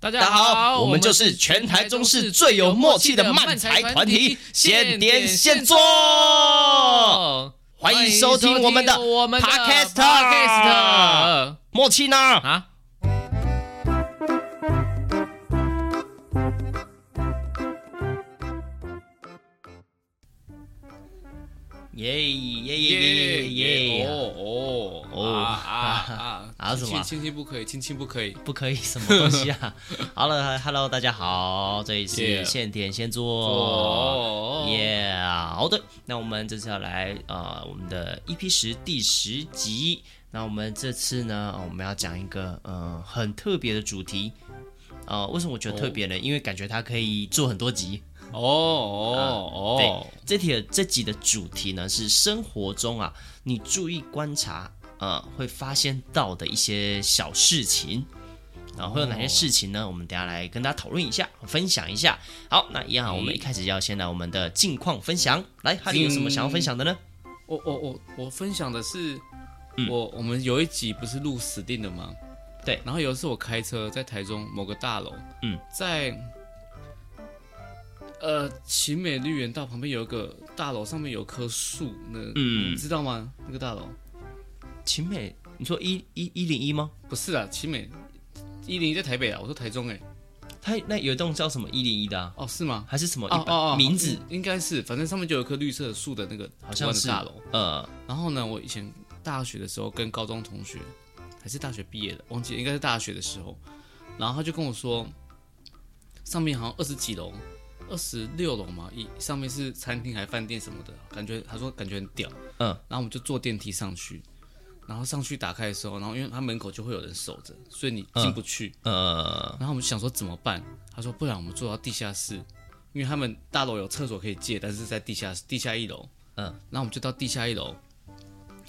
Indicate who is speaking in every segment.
Speaker 1: 大
Speaker 2: 大家
Speaker 1: 家
Speaker 2: 好，
Speaker 1: 好，
Speaker 2: 我们就是全台中市最有默契的慢才团体，现点现做。欢迎收听我们的
Speaker 1: 我们的
Speaker 2: Podcast
Speaker 1: Podcast
Speaker 2: 默契呢？
Speaker 1: 啊。
Speaker 2: 耶耶
Speaker 1: 耶
Speaker 2: 耶耶
Speaker 1: 耶
Speaker 2: 耶！
Speaker 1: 哦哦
Speaker 2: 哦
Speaker 1: 啊啊啊
Speaker 2: 啊什么
Speaker 1: 亲亲不可以，亲亲不可以。
Speaker 2: 不可以什么东西 啊？好了，Hello，大家好，这里是
Speaker 1: Yeah
Speaker 2: 现点现做。
Speaker 1: 哦，
Speaker 2: 耶、好的，那我们这次要来呃我们的 EP 十第十集。那我们这次呢，呃我们要讲一个呃很特别的主题。呃，为什么我觉得特别呢？因为感觉它可以做很多集。
Speaker 1: 哦哦
Speaker 2: 对
Speaker 1: 哦，，
Speaker 2: 这题的这集的主题呢是生活中啊，你注意观察，呃，会发现到的一些小事情。然后会有哪些事情呢？我们等一下来跟大家讨论一下，分享一下。好，那一样啊，
Speaker 1: 哎
Speaker 2: 我们一开始要先来我们的近况分享。来，哈
Speaker 1: 嗯
Speaker 2: 利有什么想要分享的呢？
Speaker 1: 我我我我分享的是，我我们有一集不是录死定的吗？
Speaker 2: 嗯对
Speaker 1: 然后有一次我开车在台中某个大楼，
Speaker 2: 嗯，
Speaker 1: 在呃奇美绿园道旁边有一个大楼，上面有棵树，那
Speaker 2: 嗯
Speaker 1: 你知道吗？那个大楼
Speaker 2: 秦美，你说一一一零一吗？
Speaker 1: 不是啊，奇美一零一在台北啊，我说台中哎、
Speaker 2: 它那有一栋叫什么一零一的、啊，
Speaker 1: 哦是吗？
Speaker 2: 还是什么
Speaker 1: 哦
Speaker 2: 一
Speaker 1: 哦
Speaker 2: 本
Speaker 1: 哦，
Speaker 2: 名字？
Speaker 1: 应该是，反正上面就有一棵绿色的树的那个
Speaker 2: 好像是
Speaker 1: 大楼，
Speaker 2: 呃，
Speaker 1: 然后呢，我以前大学的时候跟高中同学，还是大学毕业的，忘记了应该是大学的时候，然后他就跟我说，上面好像二十几楼，二十六楼嘛，一上面是餐厅还饭店什么的，感觉他说感觉很屌，
Speaker 2: 嗯
Speaker 1: 然后我们就坐电梯上去，然后上去打开的时候，然后因为他门口就会有人守着，所以你进不去，
Speaker 2: 呃，
Speaker 1: 然后我们想说怎么办？他说不然我们坐到地下室，因为他们大楼有厕所可以借，但是在地下室地下一楼。
Speaker 2: 嗯，
Speaker 1: 然后我们就到地下一楼，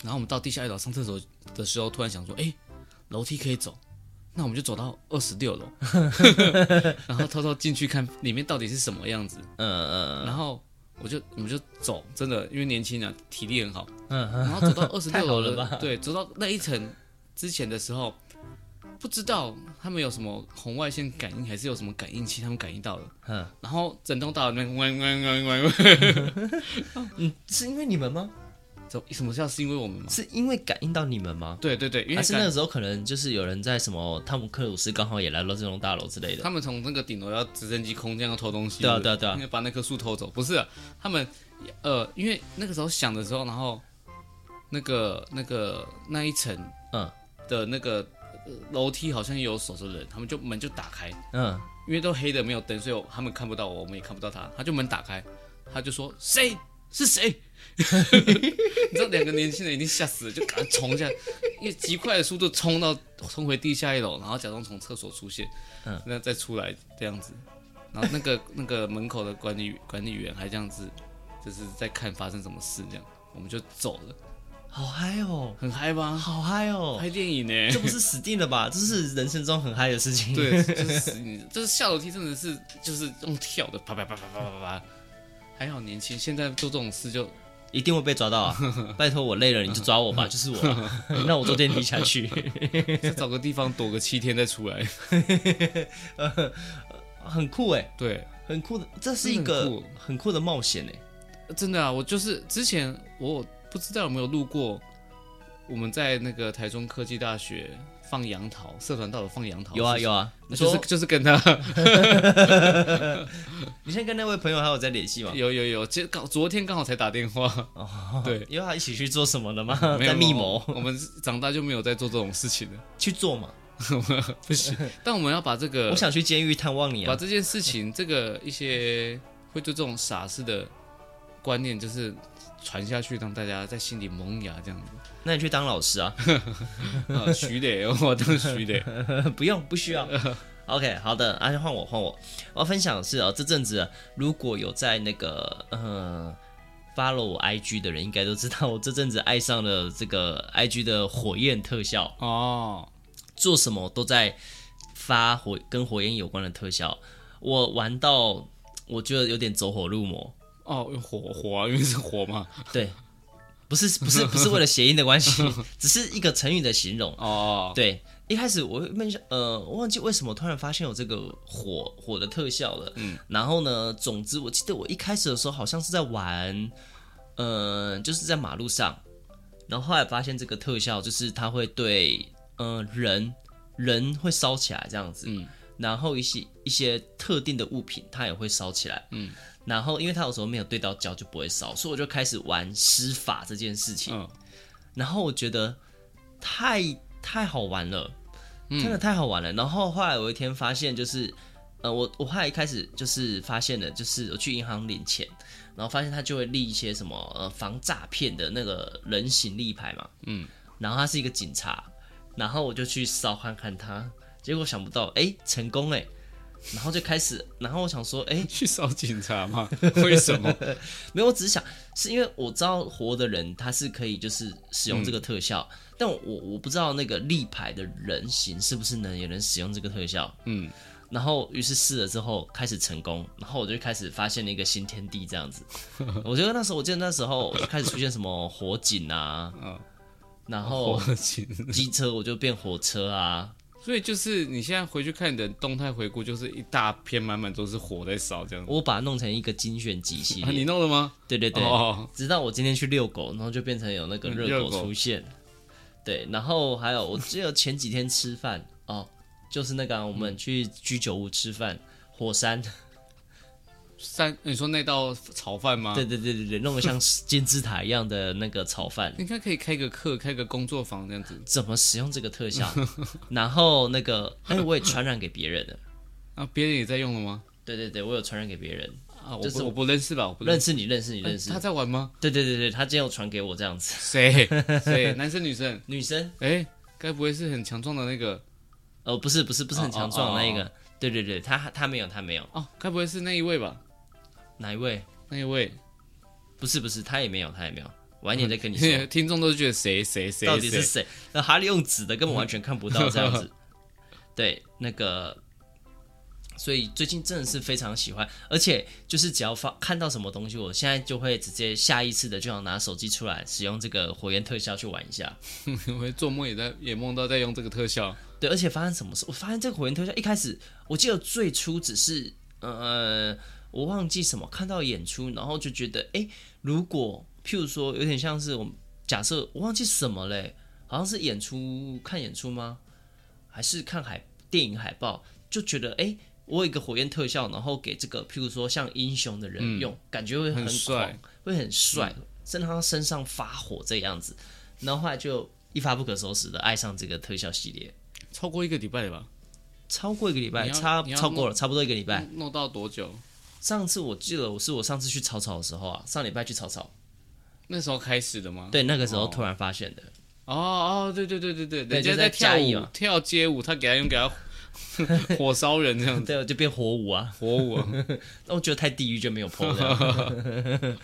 Speaker 1: 然后我们到地下一楼上厕所的时候，突然想说，哎，楼梯可以走，那我们就走到二十 六楼，然后偷偷进去看里面到底是什么样子。
Speaker 2: 呃
Speaker 1: 嗯嗯。然后我就我们就走，真的，因为年轻啊，体力很好。嗯。然后走到二十
Speaker 2: 太
Speaker 1: 六
Speaker 2: 好
Speaker 1: 楼
Speaker 2: 了
Speaker 1: 的
Speaker 2: 吧
Speaker 1: 对，走到那一层之前的时候。不知道他们有什么红外线感应，还是有什么感应器，他们感应到了。
Speaker 2: 嗯
Speaker 1: 嗯，然后整栋大楼那边嗡嗡嗡嗡嗡，
Speaker 2: 是因为你们吗？
Speaker 1: 怎么什么叫是因为我们吗？
Speaker 2: 是因为感应到你们吗？
Speaker 1: 对对对，因为
Speaker 2: 还是那
Speaker 1: 感
Speaker 2: 个时候可能就是有人在什么汤姆克鲁斯刚好也来到这栋大楼之类的。
Speaker 1: 他们从那个顶楼要直升机空降要偷东西，
Speaker 2: 对啊
Speaker 1: 不
Speaker 2: 对啊对啊
Speaker 1: 因为把那棵树偷走，不是啊、他们呃，因为那个时候想的时候，然后那个那个那一层
Speaker 2: 嗯
Speaker 1: 的那个呃楼梯好像也有守着人，他们就门就打开，
Speaker 2: 嗯，
Speaker 1: 因为都黑的没有灯，所以我他们看不到我，我们也看不到他。他就门打开，他就说谁是谁？你知道 两个年轻人已经吓死了，就赶快冲下，以极快的速度冲到冲回地下一楼，然后假装从厕所出现，
Speaker 2: 嗯，
Speaker 1: 那再出来这样子。然后那个 那个门口的管理管理员还这样子，就是在看发生什么事这样，我们就走了，
Speaker 2: 好嗨哦，
Speaker 1: 很嗨吧？
Speaker 2: 好嗨哦，
Speaker 1: 拍电影呢、
Speaker 2: 这不是死定了吧？这是人生中很嗨的事情。，
Speaker 1: 对，就是死你，就是下楼梯真的是就是用跳的，啪啪啪啪啪啪啪。还好年轻，现在做这种事 就
Speaker 2: 一定会被抓到 啊！拜托我累了你就抓我吧，就是我啊，那我坐电梯下去，
Speaker 1: 就找个地方躲个七天再出来。
Speaker 2: 很酷哎，
Speaker 1: 对，
Speaker 2: 很酷的，这是一个
Speaker 1: 真的很
Speaker 2: 很酷的冒险哎。
Speaker 1: 真的啊，我就是之前我不知道有没有路过，我们在那个台中科技大学放杨桃，社团道有放杨桃，
Speaker 2: 有啊
Speaker 1: 哦是
Speaker 2: 有啊，
Speaker 1: 不
Speaker 2: 你
Speaker 1: 是，就
Speaker 2: 说
Speaker 1: 是就是 跟他？
Speaker 2: 你现在跟那位朋友还有在联系吗
Speaker 1: 有有有，今刚昨天刚好才打电话， 对，
Speaker 2: 有啊，一起去做什么了吗？
Speaker 1: 没有
Speaker 2: 在密谋
Speaker 1: 我们长大就没有再做这种事情了，
Speaker 2: 去做嘛？
Speaker 1: 不行。但我们要把这个，
Speaker 2: 我想去监狱探望你
Speaker 1: 呃把
Speaker 2: 啊！
Speaker 1: 这件事情，这个一些会做这种傻事的观念，就是传下去，让大家在心里萌芽，这样子。
Speaker 2: 那你去当老师啊？
Speaker 1: 啊，徐磊，我当徐磊。
Speaker 2: 不用，不需要。OK，好的，啊，换我，换我。我要分享的是哦，这阵子啊如果有在那个呃 follow 我 IG 的人，应该都知道我这阵子爱上了这个 IG 的火焰特效，
Speaker 1: 哦，
Speaker 2: 做什么都在发火跟火焰有关的特效。我玩到我觉得有点走火入魔，
Speaker 1: 哦，火火啊，因为是火嘛。
Speaker 2: 对，不是不是不是为了谐音的关系，只是一个成语的形容。啊
Speaker 1: 哦，
Speaker 2: 对，一开始我问一下，呃，我忘记为什么突然发现有这个火火的特效了。嗯，然后呢，总之我记得我一开始的时候好像是在玩，呃，就是在马路上，然后后来发现这个特效就是它会对，呃，人人会烧起来这样子。嗯，然后一些一些特定的物品它也会烧起来。嗯。然后，因为它有时候没有对到焦就不会烧，所以我就开始玩施法这件事情。
Speaker 1: 嗯
Speaker 2: 然后我觉得太太好玩了，真的太好玩了。然后后来有一天发现，就是呃，我我后来一开始就是发现了，就是我去银行领钱，然后发现他就会立一些什么呃防诈骗的那个人形立牌嘛，嗯，然后他是一个警察，然后我就去烧看看他，结果想不到哎成功哎，然后就开始，然后我想说哎
Speaker 1: 去烧警察吗？ 为什么？
Speaker 2: 没有，我只是想，是因为我知道活的人他是可以就是使
Speaker 1: 嗯
Speaker 2: 用这个特效，但我我不知道那个立牌的人形是不是能也能使用这个特效。嗯，然后于是试了之后开始成功，然后我就开始发现了一个新天地这样 子。我觉得那时候，我记得那时候就开始出现什么火警 啊，
Speaker 1: 哦
Speaker 2: 然后
Speaker 1: 火警。
Speaker 2: 机车我就变火车啊，
Speaker 1: 所以就是你现在回去看你的动态回顾，就是一大片满满都是火在烧这样子。
Speaker 2: 我把它弄成一个精选集 系
Speaker 1: 啊，
Speaker 2: 列。
Speaker 1: 你弄了吗？
Speaker 2: 对哦对对，
Speaker 1: 哦，
Speaker 2: 直到我今天去遛狗，然后就变成有那个热
Speaker 1: 嗯
Speaker 2: 狗
Speaker 1: 热狗
Speaker 2: 出现。对，然后还有我记得前几天吃饭哦，就是那个啊、我
Speaker 1: 嗯
Speaker 2: 们去居酒屋吃饭，火山，
Speaker 1: 三，你说那道炒饭吗？
Speaker 2: 对，对对对对，弄得像金字塔一样的那个炒饭，
Speaker 1: 应该可以开个课，开个工作坊这样子。
Speaker 2: 怎么使用这个 特效？然后那个，哎，我也传染给别人了。
Speaker 1: 啊，别人也在用了吗？
Speaker 2: 对对对，我有传染给别人，
Speaker 1: 啊，我
Speaker 2: 就
Speaker 1: 不
Speaker 2: 是
Speaker 1: 我不认识吧，我不
Speaker 2: 认
Speaker 1: 识。
Speaker 2: 识你，认识你，
Speaker 1: 哎
Speaker 2: 认识
Speaker 1: 他。在玩吗？
Speaker 2: 对对对对，他今天有传给我这样子。
Speaker 1: 谁谁？男生女生？
Speaker 2: 女生，
Speaker 1: 哎，该不会是很强壮的那个？
Speaker 2: 呃，不是不是不是很强壮的那
Speaker 1: 哦
Speaker 2: 个，对对对，他他没有他没有，
Speaker 1: 哦，该不会是那一位吧？
Speaker 2: 哪一位？
Speaker 1: 那一位，
Speaker 2: 不是不是，他也没有，他也没有。晚一点再跟 你说，
Speaker 1: 听众都觉得谁谁谁
Speaker 2: 到底是
Speaker 1: 谁
Speaker 2: 谁？那哈利用纸的根本完全看不到这样子。对，那个，所以最近真的是非常喜欢，而且就是只要发看到什么东西，我现在就会直接下意识的就想拿手机出来使用这个火焰特效去玩一下。
Speaker 1: 我会做梦也在也梦到在用这个特效，
Speaker 2: 对，而且发生什么事？我发现这个火焰特效一开始，我记得最初只是呃，我忘记什么，看到演出，然后就觉得，诶，如果譬如说，有点像是我们假设我忘记什么嘞，好像是演出看演出吗？还是看海电影海报，就觉得，诶，我有一个火焰特效，然后给这个譬如说像英雄的人用，感觉会
Speaker 1: 嗯很
Speaker 2: 帅
Speaker 1: 帅，嗯
Speaker 2: 会很帅，甚至他身上发火这样子，然后后来就一发不可收拾的爱上这个特效系列。
Speaker 1: 超过一个礼拜了吧？
Speaker 2: 超过一个礼拜，
Speaker 1: 你要
Speaker 2: 差
Speaker 1: 你要嗯
Speaker 2: 超过了，差不多一个礼拜。
Speaker 1: 弄到多久？
Speaker 2: 上次我记得，我是我上次去草草的时候啊，上礼拜去草草，
Speaker 1: 那时候开始的吗？
Speaker 2: 对，那个时候突然发现的，
Speaker 1: 哦哦，对对对对对，
Speaker 2: 对
Speaker 1: 人
Speaker 2: 就
Speaker 1: 家
Speaker 2: 在
Speaker 1: 跳
Speaker 2: 嘉义
Speaker 1: 舞
Speaker 2: 嘛
Speaker 1: 跳街舞，他给他用给他 火烧人这样 子
Speaker 2: 对，我就变火舞啊，
Speaker 1: 火舞啊，
Speaker 2: 那我觉得太地狱就没有 PO 了。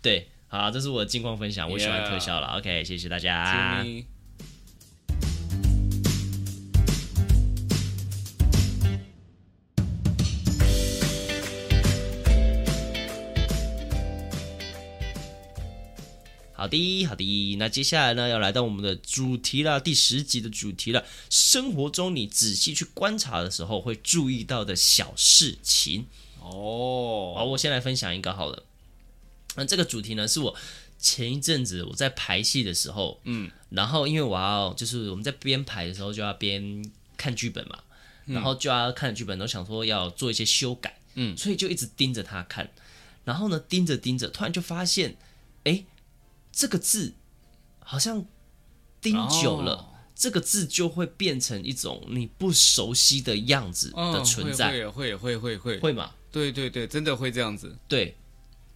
Speaker 2: 对，好啊，这是我的近况分享，我喜欢
Speaker 1: Yeah
Speaker 2: 特效了，OK，谢谢大家
Speaker 1: 啾。咪
Speaker 2: 好的，好的，那接下来呢，要来到我们的主题啦，第十集的主题了。生活中你仔细去观察的时候，会注意到的小事情。好，
Speaker 1: 哦，
Speaker 2: 我先来分享一个好了。那这个主题呢，是我前一阵子我在排戏的时候，嗯，然后因为我要就是我们在编排的时候就要边看剧本嘛，
Speaker 1: 嗯
Speaker 2: 然后就要看剧本，然后想说要做一些修改，嗯，所以就一直盯着他看。然后呢，盯着盯着，突然就发现，哎，这个字好像盯久了，
Speaker 1: 哦
Speaker 2: 这个字就会变成一种你不熟悉的样子的
Speaker 1: 嗯
Speaker 2: 存在，
Speaker 1: 会会会会会，
Speaker 2: 会吗？
Speaker 1: 对对对，真的会这样子，
Speaker 2: 对，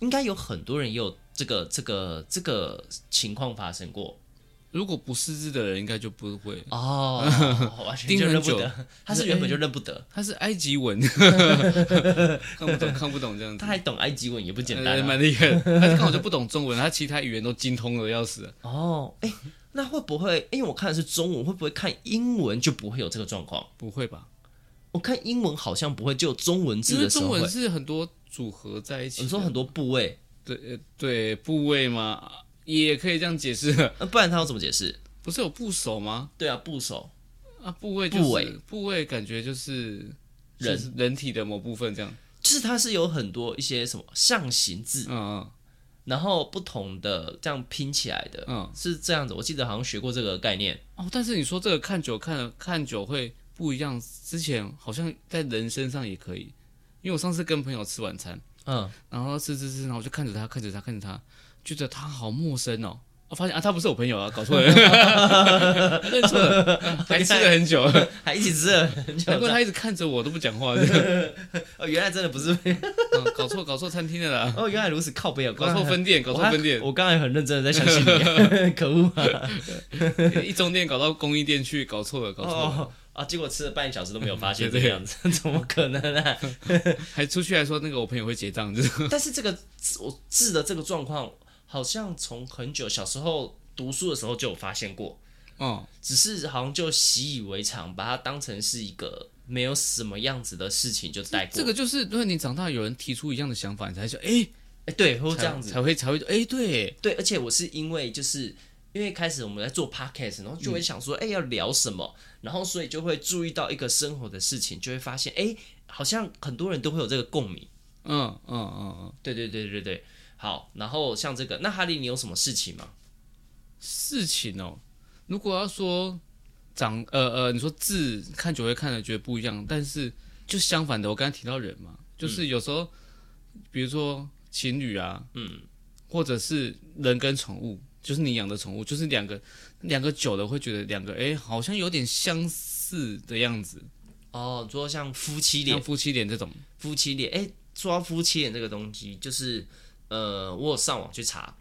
Speaker 2: 应该有很多人也有这个这个这个情况发生过
Speaker 1: 如果不识字的人应该就不会，
Speaker 2: 哦，完全
Speaker 1: 盯
Speaker 2: 就
Speaker 1: 很
Speaker 2: 认不
Speaker 1: 久
Speaker 2: 得， 他是原本就认不得，
Speaker 1: 他是埃及 文，看不懂看不懂这样子
Speaker 2: 他。还懂埃及文也不简单
Speaker 1: 呃
Speaker 2: 啊、
Speaker 1: 蛮厉害的，他看我就不懂中文，他其他语言都精通的要死。
Speaker 2: 哦，哎，那会不会因为我看的是中文，会不会看英文就不会有这个状况？
Speaker 1: 不会吧？
Speaker 2: 我看英文好像不会，只有中文
Speaker 1: 因
Speaker 2: 字
Speaker 1: 为
Speaker 2: 的时
Speaker 1: 中
Speaker 2: 候会
Speaker 1: 文。是很多组合在一起的。
Speaker 2: 你说很多部位，
Speaker 1: 对呃对部位吗？也可以这样解释。
Speaker 2: 呃不然他要怎么解释？
Speaker 1: 不是有部首吗？
Speaker 2: 对啊，部首
Speaker 1: 啊，部位就是
Speaker 2: 部位，
Speaker 1: 部位感觉就是就
Speaker 2: 人
Speaker 1: 是人体的某部分这样。
Speaker 2: 就是它是有很多一些什么象形字，
Speaker 1: 嗯
Speaker 2: 然后不同的这样拼起来的，
Speaker 1: 嗯
Speaker 2: 是这样子。我记得好像学过这个概念，
Speaker 1: 嗯。哦，但是你说这个看久看了看久会不一样，之前好像在人身上也可以，因为我上次跟朋友吃晚餐，
Speaker 2: 嗯，
Speaker 1: 然后吃吃吃，然后我就看着他看着他看着他，觉得他好陌生哦。我发现啊，他不是我朋友啊，搞错了， 认错了，啊还吃了很久，
Speaker 2: 还一起吃了很久
Speaker 1: 难怪他一直看着我都不讲话，这样
Speaker 2: 哦，原来真的不是
Speaker 1: 啊搞错搞错餐厅了 啦，
Speaker 2: 哦，原来如此，靠背啊，
Speaker 1: 搞错分店，搞
Speaker 2: 我
Speaker 1: 错
Speaker 2: 刚
Speaker 1: 分店，
Speaker 2: 我刚才很认真的在相信 你，可恶啊！
Speaker 1: 一中店搞到供应店去，搞错了，搞错了，
Speaker 2: 哦啊，结果吃了半小时都没有发现这
Speaker 1: 对
Speaker 2: 个样子， 怎么可能呢、
Speaker 1: 还出去还说那个我朋友会结账，就是
Speaker 2: 但是这个我治的这个状况，好像从很久小时候读书的时候就有发现过，
Speaker 1: 哦，
Speaker 2: 只是好像就习以为常，把它当成是一个没有什么样子的事情就带过。
Speaker 1: 这个就是因为你长大有人提出一样的想法，你才说哎，
Speaker 2: 哎、对，会
Speaker 1: 才
Speaker 2: 这样子，
Speaker 1: 才会才会哎对，
Speaker 2: 对，而且我是因为就是因为开始我们在做 podcast，然后就会想说，哎、要聊什么，然后所以就会注意到一个生活的事情，就会发现，哎、好像很多人都会有这个共鸣。
Speaker 1: 嗯嗯嗯嗯，
Speaker 2: 对对对对对，好，然后像这个，那哈利，你有什么事情吗？
Speaker 1: 事情哦，如果要说长呃呃，你说字看久会看的觉得不一样，但是就相反的，我刚才提到人嘛，
Speaker 2: 嗯
Speaker 1: 就是有时候、比如说情侣啊，嗯，或者是人跟宠物，就是你养的宠物，就是两个两个久了会觉得两个哎好像有点相似的样子，
Speaker 2: 哦，说像夫妻
Speaker 1: 像
Speaker 2: 脸，
Speaker 1: 夫妻脸这种，
Speaker 2: 夫妻脸，哎、说到夫妻脸这个东西，就是呃，我有上网去查。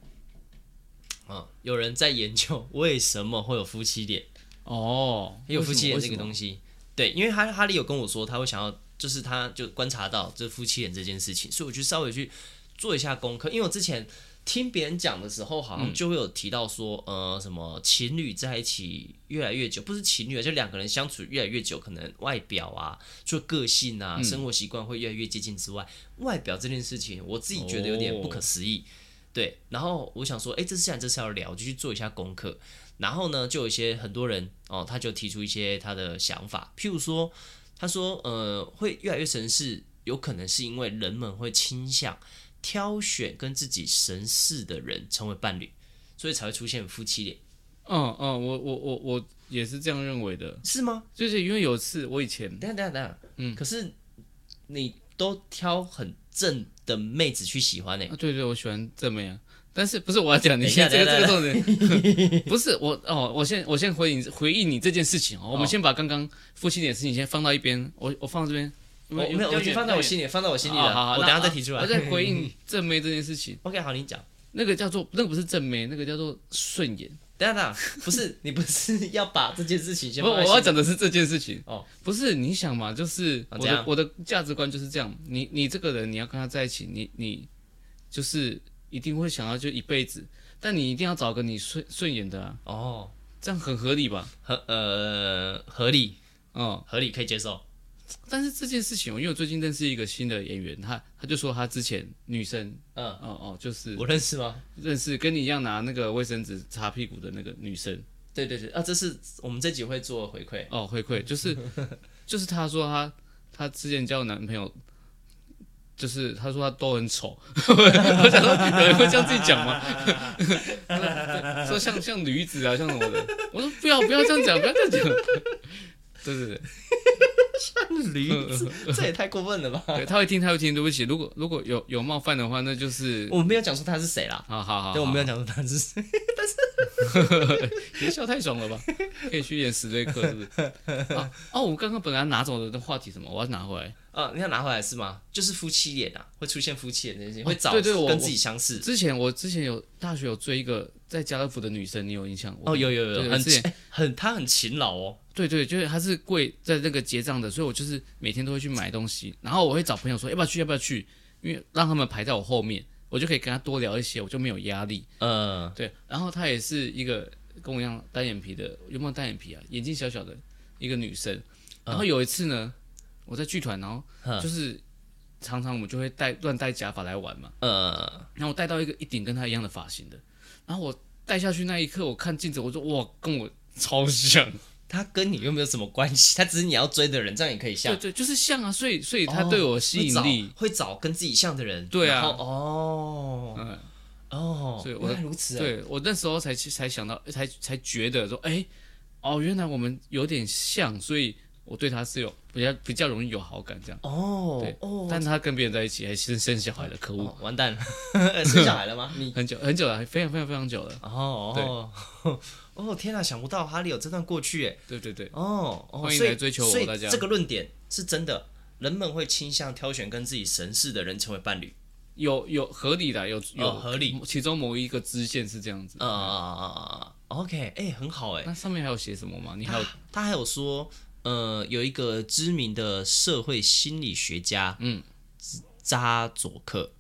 Speaker 2: 啊、有人在研究为什么会有夫妻脸。
Speaker 1: 哦，
Speaker 2: 也有夫妻脸这个
Speaker 1: 西，
Speaker 2: 东西。对，因为哈哈利有跟我说，他会想要，就是他就观察到这夫妻脸这件事情，所以我就稍微去做一下功课。因为我之前听别人讲的时候，好像就会有提到说，呃，什么情侣在一起越来越久，不是情侣啊，就两个人相处越来越久，可能外表啊，就个性啊，生活习惯会越来越接近之外，外表这件事情，我自己觉得有点不可思议。对，然后我想说，哎，这是既然这是要聊，我就去做一下功课。然后呢，就有一些很多人哦，他就提出一些他的想法，譬如说，他说，呃，会越来越神似，有可能是因为人们会倾向挑选跟自己神似的人成为伴侣，所以才会出现夫妻脸，
Speaker 1: 嗯嗯，我我我我也是这样认为的，
Speaker 2: 是吗？
Speaker 1: 就是因为有一次我以前啊
Speaker 2: 等一下等一下等一下，嗯，可是你都挑很正的妹子去喜欢呢、欸
Speaker 1: 啊，对对，我喜欢正妹啊。但是不是我要讲你
Speaker 2: 嗯等一下
Speaker 1: 现在这个这个
Speaker 2: 等
Speaker 1: 重点？ 不是我哦，我先我先回应回应你这件事情哦。我们先把刚刚父亲的事情先放到一边，我我放这边。
Speaker 2: 我哦没有，我就放在我心里，放在我心里
Speaker 1: 哦
Speaker 2: 了。
Speaker 1: 好好，
Speaker 2: 我等一下再提出
Speaker 1: 那
Speaker 2: 来
Speaker 1: 我。再回应正妹这件事情，
Speaker 2: OK，好，你讲。
Speaker 1: 那个叫做那个不是正妹，那个叫做顺眼。
Speaker 2: 等一下，等一下，不是你不是要把这件事情先
Speaker 1: 不，
Speaker 2: 放
Speaker 1: 我
Speaker 2: 在心
Speaker 1: 要讲的是这件事情
Speaker 2: 哦，
Speaker 1: 不是你想嘛，就是
Speaker 2: 啊
Speaker 1: 我
Speaker 2: 怎
Speaker 1: 的
Speaker 2: 样
Speaker 1: 我的价值观就是这样，你你这个人你要跟他在一起，你你就是一定会想要就一辈子，但你一定要找个你顺顺眼的啊，
Speaker 2: 哦，
Speaker 1: 这样很合理吧？
Speaker 2: 合呃合理
Speaker 1: 哦、
Speaker 2: 合理可以接受。
Speaker 1: 但是这件事情，因为我最近认识一个新的演员，他他就说他之前女生，
Speaker 2: 嗯，
Speaker 1: 哦哦，就是
Speaker 2: 我认识吗？
Speaker 1: 认识跟你一样拿那个卫生纸擦屁股的那个女生，
Speaker 2: 对对对，啊，这是我们这集会做 回馈。
Speaker 1: 哦，回
Speaker 2: 嗯
Speaker 1: 馈就是就是他说他他之前交的男朋友，就是他说他都很丑， 我想说有人会这样自己讲吗？ 他说像像驴子啊，像什么的，我说不要不要这样讲，不要这样讲，对对对。
Speaker 2: 驴子，啊这也太过分 了吧？
Speaker 1: 对，他会听，他会听。对不起，如果如果有有冒犯的话，那就是
Speaker 2: 我没有讲出他是谁啦，
Speaker 1: 好好好。
Speaker 2: 对，我没有
Speaker 1: 好，
Speaker 2: 讲出他是 谁。
Speaker 1: 别笑太爽了吧？可以去演死对客，是不是？ 啊哦，我刚刚本来拿走的话题什么，我要拿回来。
Speaker 2: 啊，你要拿回来是吗？就是夫妻脸啊，会出现夫妻脸这件事情，会找
Speaker 1: 哎对对我
Speaker 2: 跟自己相似。
Speaker 1: 之前我之前有大学有追一个在家乐福的女生，你有印象？我
Speaker 2: 哦，有有有，
Speaker 1: 对
Speaker 2: 很
Speaker 1: 之前
Speaker 2: 哎很他很勤劳哦。
Speaker 1: 对对，就是她是贵在那个结账的，所以我就是每天都会去买东西，然后我会找朋友说要哎不要去，要不要去，因为让他们排在我后面，我就可以跟他多聊一些，我就没有压力。
Speaker 2: 呃，
Speaker 1: 对，然后她也是一个跟我一样单眼皮的，有没有单眼皮啊？眼睛小
Speaker 2: 嗯
Speaker 1: 小的一个女生。然后有一次呢，我在剧团，然后就是常常我们就会戴乱戴假发来玩嘛。
Speaker 2: 呃，
Speaker 1: 然后我戴到一个一顶跟他一样的发型的，然后我戴下去那一刻，我看镜子，我说哇，跟我超像，
Speaker 2: 他跟你又没有什么关系， 他只是你要追的人，这样也可以像
Speaker 1: 对。对，就是像啊，所以所以他
Speaker 2: 哦
Speaker 1: 对我吸引力，
Speaker 2: 会找会找跟自己像的人。
Speaker 1: 对啊
Speaker 2: 然后哦，
Speaker 1: 嗯
Speaker 2: 哦，
Speaker 1: 所以我
Speaker 2: 原来如此。，
Speaker 1: 对我那时候才才想到，才才觉得说，哎、哦，原来我们有点像，所以我对他是有比较比较容易有好感这样。
Speaker 2: 哦
Speaker 1: 对，
Speaker 2: 哦，
Speaker 1: 但他跟别人在一起还生生小孩了，可恶，
Speaker 2: 哦完蛋了， 生小孩了吗？你
Speaker 1: 很久很久了，非常非常非常久了。
Speaker 2: 哦哦哦，天啊，想不到哈利有这段过去哎。
Speaker 1: 对对对，
Speaker 2: 哦，哦
Speaker 1: 欢迎
Speaker 2: 所以
Speaker 1: 来追求我
Speaker 2: 所以
Speaker 1: 大家
Speaker 2: 这个论点是真的，人们会倾向挑选跟自己神似的人成为伴侣。
Speaker 1: 有有合理的，有有、
Speaker 2: 哦合理，
Speaker 1: 其中某一个支线是这样子。
Speaker 2: 啊啊啊啊！OK，哎，很好哎。
Speaker 1: 那上面还有写什么吗？你还有
Speaker 2: 他他还有说，呃，有一个知名的社会心理学家，嗯，扎佐克，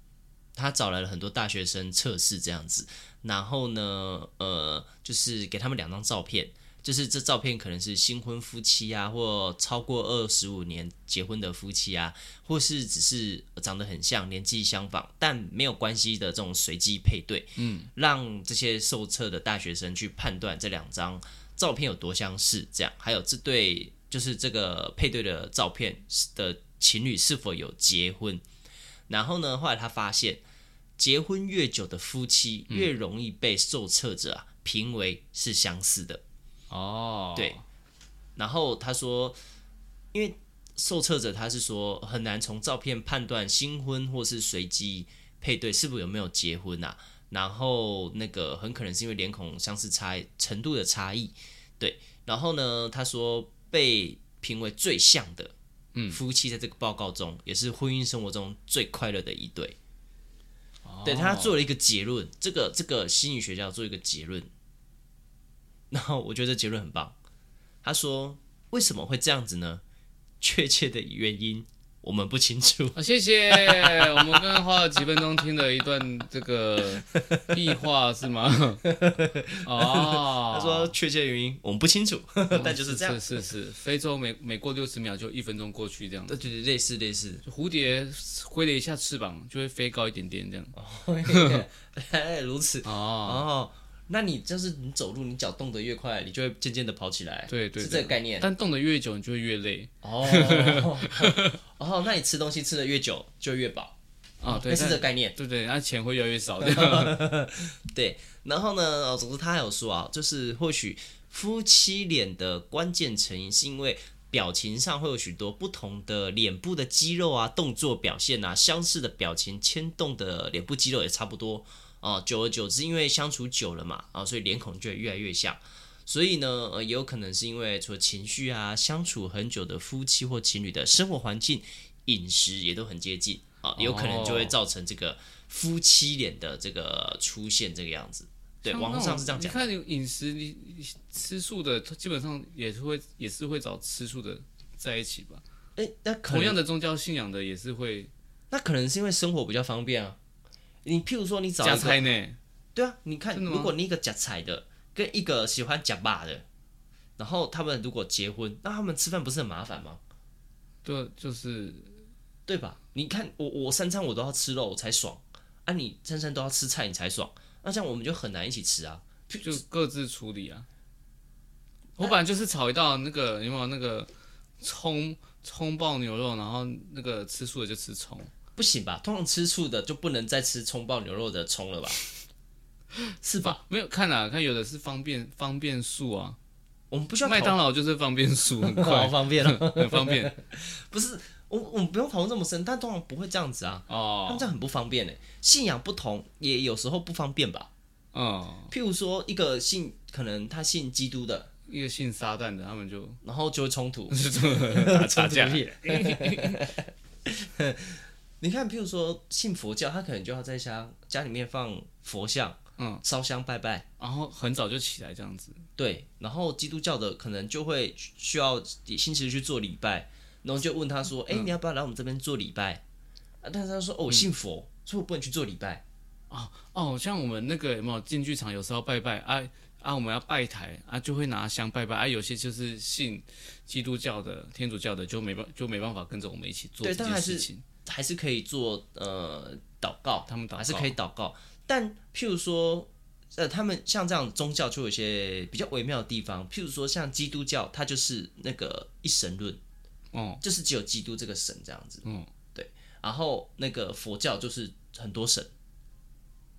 Speaker 2: 他找来了很多大学生测试这样子，然后呢，呃，就是给他们两张照片。就是这照片可能是新婚夫妻啊，或超过二十五年结婚的夫妻啊，或是只是长得很像、年纪相仿但没有关系的这种随机配对，嗯，让这些受测的大学生去判断这两张照片有多相似，这样还有这对就是这个配对的照片的情侣是否有结婚。然后呢，后来他发现，结婚越久的夫妻越容易被受测者啊、评为是相似的。
Speaker 1: 哦，
Speaker 2: 对，然后他说，因为受测者他是说很难从照片判断新婚或是随机配对是不是有没有结婚啊，然后那个很可能是因为脸孔相似差异程度的差异，对，然后呢，他说被评为最像的。夫妻在这个报告中也是婚姻生活中最快乐的一对。对他做了一个结论，这个这个心理学家做一个结论， 然后我觉得这结论很棒。他说为什么会这样子呢？确切的原因我们不清楚。
Speaker 1: 啊，谢谢。我们刚刚花了几分钟听了一段这 个壁画是吗？哦，
Speaker 2: 他说确切原因我们不清楚， 但就是这样。
Speaker 1: 是是是，非洲每每过六十秒就一分钟过去这样。
Speaker 2: 对对对，类似类似。
Speaker 1: 就蝴蝶挥了一下翅膀，就会飞高一点点这样。
Speaker 2: 哎如此
Speaker 1: 哦，
Speaker 2: 哦，那你就是你走路，你脚动得越快，你就会渐渐的跑起来。
Speaker 1: 对对
Speaker 2: 是这个
Speaker 1: 对
Speaker 2: 概 念。
Speaker 1: 但动得越久，你就会越累
Speaker 2: 哦，哦，那你吃东西吃的越久就越饱，
Speaker 1: 啊。对，
Speaker 2: 类似
Speaker 1: 但
Speaker 2: 哦这个概念。
Speaker 1: 对对，那钱会越来越少这样。
Speaker 2: 对，然后呢，哦总之他还有说啊，就是或许夫妻脸的关键成因是因为。表情上会有许多不同的脸部的肌肉啊、动作表现啊，相似的表情牵动的脸部肌肉也差不多哦、久而久之，因为相处久了嘛，啊、所以脸孔就会越来越像。所以呢，呃，也有可能是因为除了情绪啊，相处很久的夫妻或情侣的生活环境、饮食也都很接近啊，也有可能就会
Speaker 1: 哦
Speaker 2: 造成这个夫妻脸的这个出现这个样子。对，
Speaker 1: 像
Speaker 2: 网
Speaker 1: 那
Speaker 2: 络
Speaker 1: 种
Speaker 2: 上是这样
Speaker 1: 你
Speaker 2: 讲。
Speaker 1: 看你饮食，你你吃素的基本上也是会也是会找吃素的在一起吧。
Speaker 2: 哎，那可
Speaker 1: 同
Speaker 2: 能
Speaker 1: 样的宗教信仰的也是会
Speaker 2: 那可能是因为生活比较方便啊。你譬如说，你找
Speaker 1: 加
Speaker 2: 一个
Speaker 1: 菜呢。
Speaker 2: 对啊，你看，
Speaker 1: 真的吗
Speaker 2: 如果你一个夹菜的跟一个喜欢夹霸的，然后他们如果结婚，那他们吃饭不是很麻烦吗？
Speaker 1: 对，就是
Speaker 2: 对吧？你看我我三餐我都要吃肉我才爽啊，你三餐都要吃菜你才爽，那这样我们就很难一起吃啊。
Speaker 1: 就各自处理啊。我本来就是炒一道那个有没有那个葱葱爆牛肉，然后那个吃素的就吃葱，
Speaker 2: 不行吧？通常吃醋的就不能再吃葱爆牛肉的葱了吧？是吧？
Speaker 1: 啊没有看啦、看有的是方便方便素啊，
Speaker 2: 我们不需要
Speaker 1: 麦
Speaker 2: 讨
Speaker 1: 当劳就是方便素，很
Speaker 2: 好
Speaker 1: 快
Speaker 2: 方便啊 了。
Speaker 1: 很方便
Speaker 2: 不是，我我们不用讨论这么深，但通常不会这样子啊，他们
Speaker 1: 哦，
Speaker 2: 这样很不方便呢。信仰不同，也有时候不方便吧。
Speaker 1: 嗯，
Speaker 2: 譬如说，一个信可能他信基督的，
Speaker 1: 一个信撒旦的他们就，
Speaker 2: 然后就会冲突
Speaker 1: 就这么打打架
Speaker 2: 冲突，屁 你看，譬如说信佛教，他可能就要在家家里面放佛像，
Speaker 1: 嗯，
Speaker 2: 烧香拜拜。
Speaker 1: 然后很早就起来这样子，
Speaker 2: 对，然后基督教的可能就会需要星期日去做礼拜，然后就问他说：“哎、
Speaker 1: 嗯
Speaker 2: 你要不要来我们这边做礼拜？”啊，但是他说：“哦，我信佛，所以我不能去做礼拜。
Speaker 1: 哦，像我们那个有没有进剧场，有时候拜拜啊啊，我们要拜台啊，就会拿香拜拜啊。有些就是信基督教的、天主教的，就没办就没办法跟着我们一起做
Speaker 2: 对
Speaker 1: 这
Speaker 2: 但还
Speaker 1: 件
Speaker 2: 是
Speaker 1: 事情。
Speaker 2: 还是可以做呃祷告，
Speaker 1: 他们祷告
Speaker 2: 还是可以祷告。但譬如说，呃，他们像这样宗教就有一些比较微妙的地方，譬如说像基督教，它就是那个一神论，
Speaker 1: 哦，
Speaker 2: 就是只有基督这个神这样子。
Speaker 1: 嗯，
Speaker 2: 对。然后那个佛教就是很多神。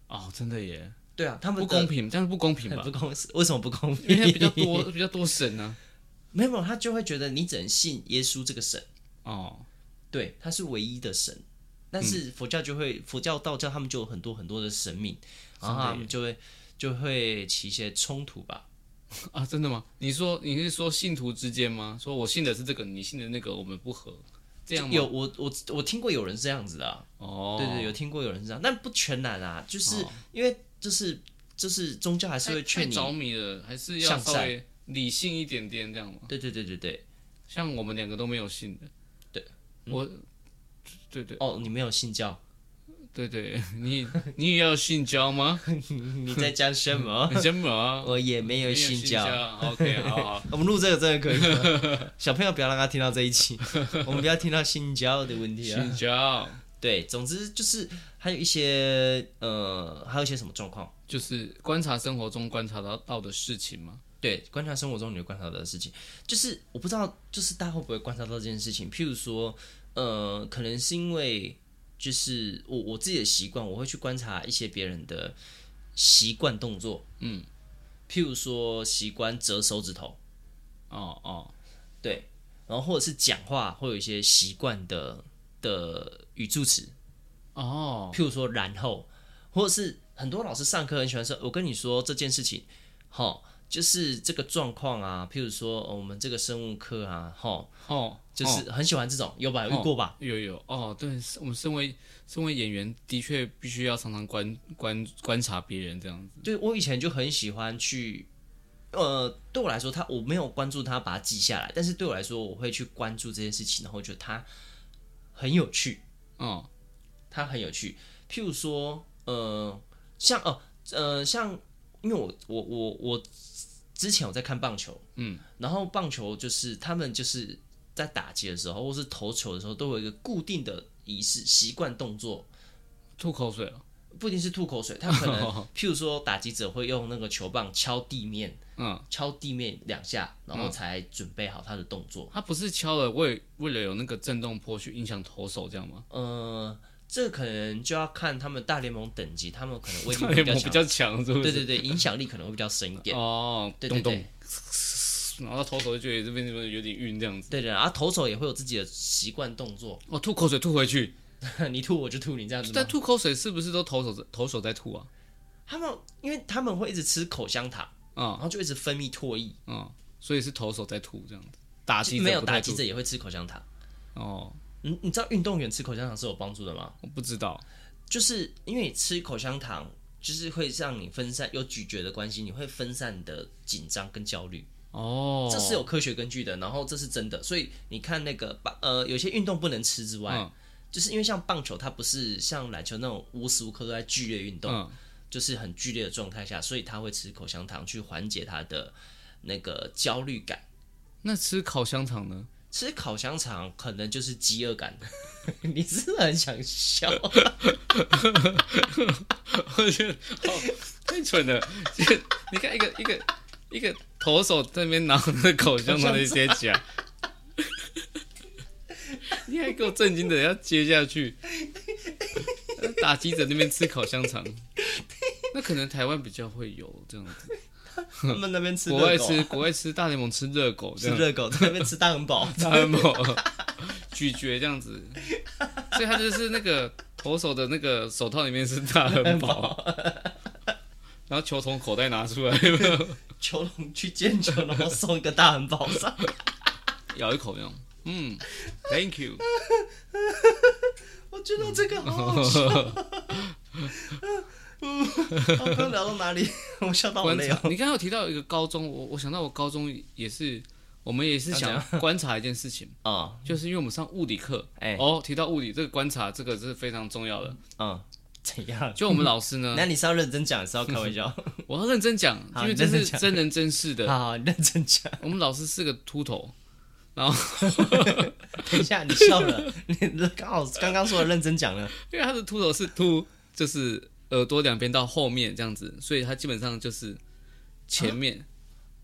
Speaker 1: 哦，真的耶，
Speaker 2: 对啊，他们
Speaker 1: 不
Speaker 2: 的
Speaker 1: 公平，但是 不公平
Speaker 2: 很
Speaker 1: 吧
Speaker 2: 不？公，为什么不公平？
Speaker 1: 因为比较多比较多神啊呢、
Speaker 2: 没有，没有，他就会觉得你只能信耶稣这个神，
Speaker 1: 哦，
Speaker 2: 对，他是唯一的神。但是佛教就
Speaker 1: 嗯
Speaker 2: 会，佛教、道教他们就有很多很多的神明，然后他们就会就会起一些冲突吧。
Speaker 1: 啊，真的吗？你说你是说信徒之间吗？说我信的是这个，你信的那个，我们不合，这样吗？
Speaker 2: 有我我我听过有人是这样子的、啊，
Speaker 1: 哦，
Speaker 2: 对对，有听过有人是这样，但不全然啊，就是、因为就是就是宗教还是
Speaker 1: 太
Speaker 2: 会劝
Speaker 1: 太
Speaker 2: 你，
Speaker 1: 着迷了，还是要
Speaker 2: 向
Speaker 1: 稍
Speaker 2: 善
Speaker 1: 微理性一点点，这样吗？
Speaker 2: 对对对对对，
Speaker 1: 像我们两个都没有信的，
Speaker 2: 对，
Speaker 1: 我，对对
Speaker 2: 哦，你没有信教，
Speaker 1: 对对，你你也要信教 吗？
Speaker 2: 你在讲什 么？
Speaker 1: 你真吗？
Speaker 2: 我也没
Speaker 1: 没
Speaker 2: 有
Speaker 1: 有
Speaker 2: 信
Speaker 1: 教
Speaker 2: 教。
Speaker 1: ，OK，好 好，
Speaker 2: 我们录这个真的可以吗 小朋友不要让他听到这一期， 我们不要听到性交的问题啊。
Speaker 1: 信教
Speaker 2: 对，总之就是还有一些呃，还有一些什么状况？
Speaker 1: 就是观察生活中观察到到的事情嘛。
Speaker 2: 对，观察生活中你会观察到的事情，就是我不知道，就是大家会不会观察到这件事情？譬如说，呃，可能是因为就是我我自己的习惯，我会去观察一些别人的习惯动作，嗯，譬如说习惯折手指头，
Speaker 1: 哦哦，
Speaker 2: 对，然后或者是讲话会有一些习惯的的语助词，
Speaker 1: 哦，
Speaker 2: 譬如说然后，或者是很多老师上课很喜欢说，我跟你说这件事情，哈，就是这个状况啊，譬如说呃我们这个生物课啊，哈，
Speaker 1: 哦，
Speaker 2: 就是很喜欢这种，有吧？有遇过吧？
Speaker 1: 有有哦，对，我们身为身为演员，的确必须要常常观观观察别人这样子。
Speaker 2: 对我以前就很喜欢去。呃，对我来说，他我没有关注他，把它记下来。但是对我来说，我会去关注这件事情，然后觉得它很有趣。
Speaker 1: 哦，
Speaker 2: 它很有趣。譬如说，呃，像哦，呃，像因为我我我我之前我在看棒球，嗯，然后棒球就是他们就是在打击的时候，或是投球的时候，都有一个固定的仪式、习惯动作，
Speaker 1: 吐口水了。
Speaker 2: 不一定是吐口水，他 可能譬如说打击者会用那个球棒敲地面，
Speaker 1: 嗯，
Speaker 2: 敲地面两下，然后才准备好他的动作。
Speaker 1: 他不是敲了为为了有那个震动波去影响投手这样吗？
Speaker 2: 呃，这可能就要看他们大联盟等级，他们 可能威
Speaker 1: 大
Speaker 2: 力
Speaker 1: 联
Speaker 2: 比较
Speaker 1: 盟比。
Speaker 2: 强
Speaker 1: 较强，是不是？
Speaker 2: 对对对，影响力可能会比较深一点。
Speaker 1: 哦，
Speaker 2: 对对
Speaker 1: 咚
Speaker 2: 对
Speaker 1: 咚，然后投手就觉得这边怎么有点晕这样子。
Speaker 2: 对对，然后投手也会有自己的习惯动作，
Speaker 1: 哦，吐口水吐回去，
Speaker 2: 你吐我就吐你这样子
Speaker 1: 但
Speaker 2: 吗。
Speaker 1: 吐口水是不是都投手在投手在吐啊？
Speaker 2: 他们因为他们会一直吃口香糖，然
Speaker 1: 啊、
Speaker 2: 后就一直分泌唾液，
Speaker 1: 嗯、啊、所以是投手在吐这样子，打击者
Speaker 2: 没有
Speaker 1: 不太
Speaker 2: 打击
Speaker 1: 吐
Speaker 2: 者也会吃口香糖。
Speaker 1: 哦，
Speaker 2: 你你知道运动员吃口香糖是有帮助的吗？
Speaker 1: 我不知道
Speaker 2: 就是因为你吃口香糖，就是会让你分散有咀嚼的关系，你会分散你的紧张跟焦虑，
Speaker 1: 哦，
Speaker 2: 这是有科学根据的，然后这是真的。所以你看那个棒，呃，有些运动不能吃之外，
Speaker 1: 嗯
Speaker 2: 就是因为像棒球，它不是像篮球那种无时无刻都在剧烈运动。
Speaker 1: 嗯
Speaker 2: 就是很剧烈的状态下，所以他会吃口香糖去缓解他的那个焦虑感。
Speaker 1: 那吃烤香肠呢？
Speaker 2: 吃烤香肠可能就是饥饿感， 你是不是很想笑？
Speaker 1: 我觉得哦，太蠢了！这个你看一个一个一个投手在那边拿那口香糖的接起来， 你还给我震惊的要接下去，打击者那边吃烤香肠，那可能台湾比较会有这样子，
Speaker 2: 他们那边吃
Speaker 1: 国外
Speaker 2: 热狗
Speaker 1: 吃
Speaker 2: 啊，
Speaker 1: 国外吃大联盟吃热狗这
Speaker 2: 吃
Speaker 1: 样，哎
Speaker 2: 热狗，在那边吃大汉堡。
Speaker 1: 大联盟咀嚼这样子，所以他就是那个投手的那个手套里面是大汉堡。然后球从口袋拿出来，有没有
Speaker 2: 球龙去捡球，然后送一个大汉堡上。
Speaker 1: 咬一口用。嗯，Thank you。
Speaker 2: 我觉得这个好好笑。 嗯，刚刚聊到哪里？ 我笑到我
Speaker 1: 观
Speaker 2: 累
Speaker 1: 察
Speaker 2: 哦，。
Speaker 1: 你刚刚有提到一个高中，我我想到我高中也是，我们也是想 观察一件事 情，
Speaker 2: 啊，
Speaker 1: 就是因为我们上物理课，
Speaker 2: 哎
Speaker 1: 哦，提到物理这个观察，这个是非常重要的。
Speaker 2: 嗯，怎样？
Speaker 1: 就我们老师呢，
Speaker 2: 那你是要认真讲，还是要开玩 笑？
Speaker 1: 我要认真讲，
Speaker 2: 好
Speaker 1: 因为
Speaker 2: 你
Speaker 1: 这
Speaker 2: 认真
Speaker 1: 是
Speaker 2: 讲
Speaker 1: 真人真事的。
Speaker 2: 好，你认真讲。
Speaker 1: 我们老师是个秃头，然后
Speaker 2: 等一下，你笑 了，你刚好刚刚说的认真讲了，
Speaker 1: 因为它的秃头是秃，就是耳朵两边到后面这样子，所以它基本上就是前面、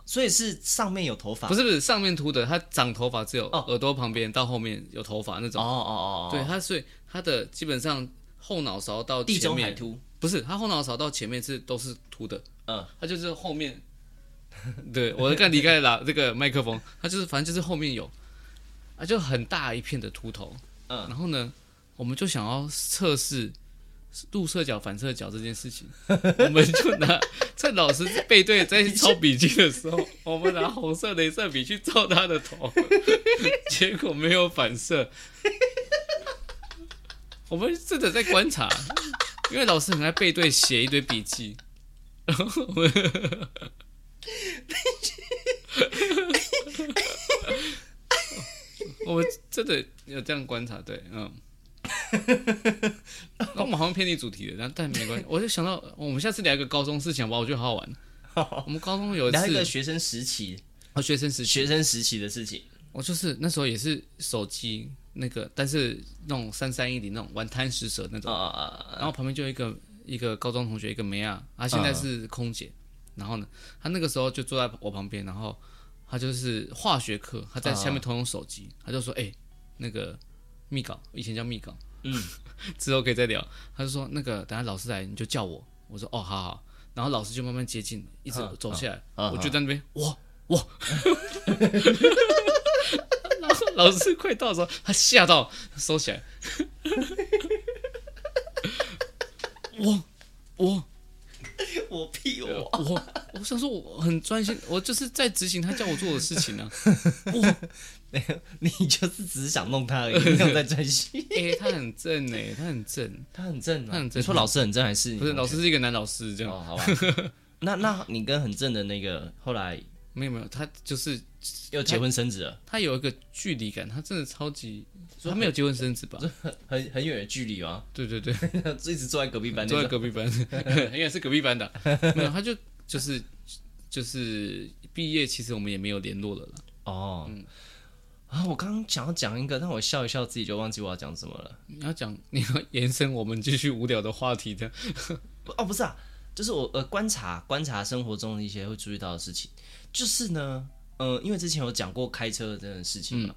Speaker 2: 所以是上面有头发，
Speaker 1: 不
Speaker 2: 是？
Speaker 1: 是不是上面秃的，它长头发只有
Speaker 2: 啊哦
Speaker 1: 耳朵旁边到后面有头发那
Speaker 2: 哦
Speaker 1: 种。
Speaker 2: 哦哦哦，
Speaker 1: 对，它所以它的基本上后脑勺到
Speaker 2: 地
Speaker 1: 前
Speaker 2: 中海
Speaker 1: 面
Speaker 2: 秃，
Speaker 1: 不是，它后脑勺到前面是都是秃的，
Speaker 2: 嗯，
Speaker 1: 它就是后面。 对，我刚离开了这个麦克风，它就是反正就是后面有，啊，就很大一片的秃头，
Speaker 2: 嗯
Speaker 1: 然后呢，我们就想要测试入射角反射角这件 事情，我们就拿趁老师背对在抄笔记的时 候，我们拿红色镭射笔去照他的头，结果没有反射，我们真的在观察，因为老师很爱背对写一堆笔记， 然后我们我们真的有这样观察，对，嗯。那我们好像偏离主题了，但但没关系。我就想到，我们下次聊一个高中事情好不好？我觉得好好玩。
Speaker 2: 哦
Speaker 1: 我们高中有一
Speaker 2: 聊一
Speaker 1: 次，
Speaker 2: 个学生时期，
Speaker 1: 哦，学生时期，
Speaker 2: 学生时期的事情，
Speaker 1: 我就是那时候也是手机那个，但是那种三三一零那种玩贪食蛇那种。
Speaker 2: 啊啊啊，
Speaker 1: 然后旁边就有一个一个高中同学，一个梅亚，她
Speaker 2: 嗯
Speaker 1: 现在是空姐。然后呢，她那个时候就坐在我旁边，然后她就是化学课，她在
Speaker 2: 嗯
Speaker 1: 下面偷用手机，她就说：“哎、那个密稿，以前叫密稿，嗯， 之后可以再聊。”她就说：“那个等下老师来你就叫我。”我说：“哦，好好。”然后老师就慢慢接近，一直走下来，
Speaker 2: 嗯嗯
Speaker 1: 我就在那边哇哇。然后 老师快到的时候，他吓到收起来，我我
Speaker 2: 我屁哦我，
Speaker 1: 我我想说我很专心，我就是在执行他叫我做的事情呢、啊。
Speaker 2: 没有， 你就是只是想弄他而已，没有在珍 惜。
Speaker 1: 哎、他很正哎、他很正，
Speaker 2: 他很正啊，
Speaker 1: 他很正
Speaker 2: 你说老师很正还是
Speaker 1: 不是老师是一个男老师这样，
Speaker 2: 哦，好吧。那那你跟很正的那个后来
Speaker 1: 没有没有，他就是
Speaker 2: 又结婚生子了，
Speaker 1: 他有一个距离感，他真的超级，他没有结婚生子吧？
Speaker 2: 很很远的距离吗？
Speaker 1: 对对对，
Speaker 2: 一直坐在隔壁班
Speaker 1: 坐
Speaker 2: 那
Speaker 1: 在
Speaker 2: 种。
Speaker 1: 隔壁班，应该是隔壁班的，没有，他就就是就是毕业，其实我们也没有联络了啦。
Speaker 2: 哦，啊，我刚刚想要讲一个，但我笑一笑自己就忘记我要讲什么了。
Speaker 1: 你要讲，你要延伸我们继续无聊的话题的，
Speaker 2: 不哦，不是啊，就是我呃观察观察生活中的一些会注意到的事情，就是呢，呃，因为之前有讲过开车的这件事情
Speaker 1: 嗯
Speaker 2: 嘛，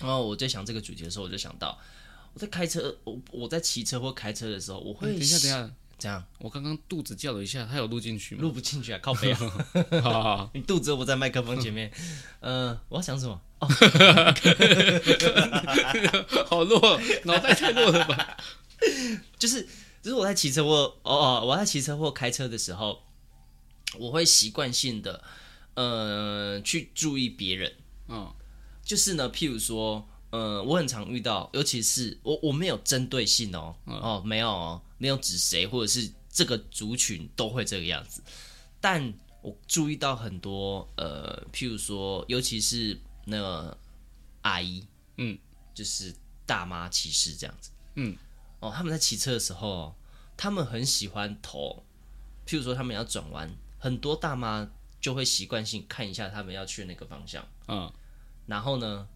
Speaker 2: 然后我在想这个主题的时候，我就想到我在开车，我我在骑车或开车的时候，我
Speaker 1: 嗯
Speaker 2: 会、
Speaker 1: 等一下等一
Speaker 2: 下，
Speaker 1: 下，
Speaker 2: 这样
Speaker 1: 我刚刚肚子叫了一下，它有录进去吗？
Speaker 2: 录不进去啊，靠背啊，
Speaker 1: 好好好，
Speaker 2: 你肚子又不在麦克风前面，呃，我要想什么？
Speaker 1: 好弱，脑袋太弱了吧？
Speaker 2: 就是就是我在骑车或哦哦，我在骑车或开车的时候，我会习惯性的呃去注意别人。
Speaker 1: 嗯
Speaker 2: 就是呢，譬如说，呃，我很常遇到，尤其是我我没有针对性哦，
Speaker 1: 嗯
Speaker 2: 哦，没有哦，没有指谁，或者是这个族群都会这个样子。但我注意到很多，呃，譬如说，尤其是那个阿姨，
Speaker 1: 嗯，
Speaker 2: 就是大妈骑士这样子，
Speaker 1: 嗯，
Speaker 2: 哦，他们在骑车的时候哦，他们很喜欢投，譬如说他们要转弯，很多大妈就会习惯性看一下他们要去的那个方向。
Speaker 1: 嗯，
Speaker 2: 然后呢，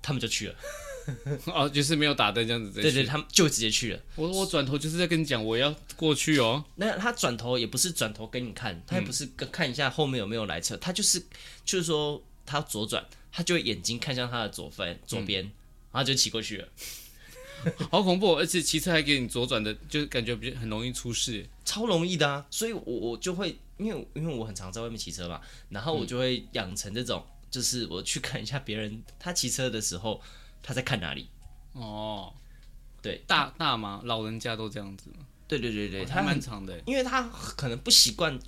Speaker 2: 他们就去了，
Speaker 1: 哦，就是没有打灯这样子。
Speaker 2: 对对，，他们就直接去了。
Speaker 1: 我我转头就是在跟你讲，我要过去哦。
Speaker 2: 那他转头也不是转头给你看，他也不是跟看一下后面有没有来车，他就是就是说他左转，他就会眼睛看向他的左边左边，然后就骑过去了。
Speaker 1: 好恐怖哦，而且骑车还给你左转的，就是感觉比较很容易出事。
Speaker 2: 超容易的啊，所以我我就会，因为因为我很常在外面骑车嘛，然后我就会养成这种，就是我去看一下别人他骑车的时候他在看哪里，
Speaker 1: 哦，
Speaker 2: 对，
Speaker 1: 大大嘛，老人家都这样子嘛，
Speaker 2: 对对对对，
Speaker 1: 哦
Speaker 2: 他
Speaker 1: 还
Speaker 2: 很
Speaker 1: 蛮长的。
Speaker 2: 因为他可能不习惯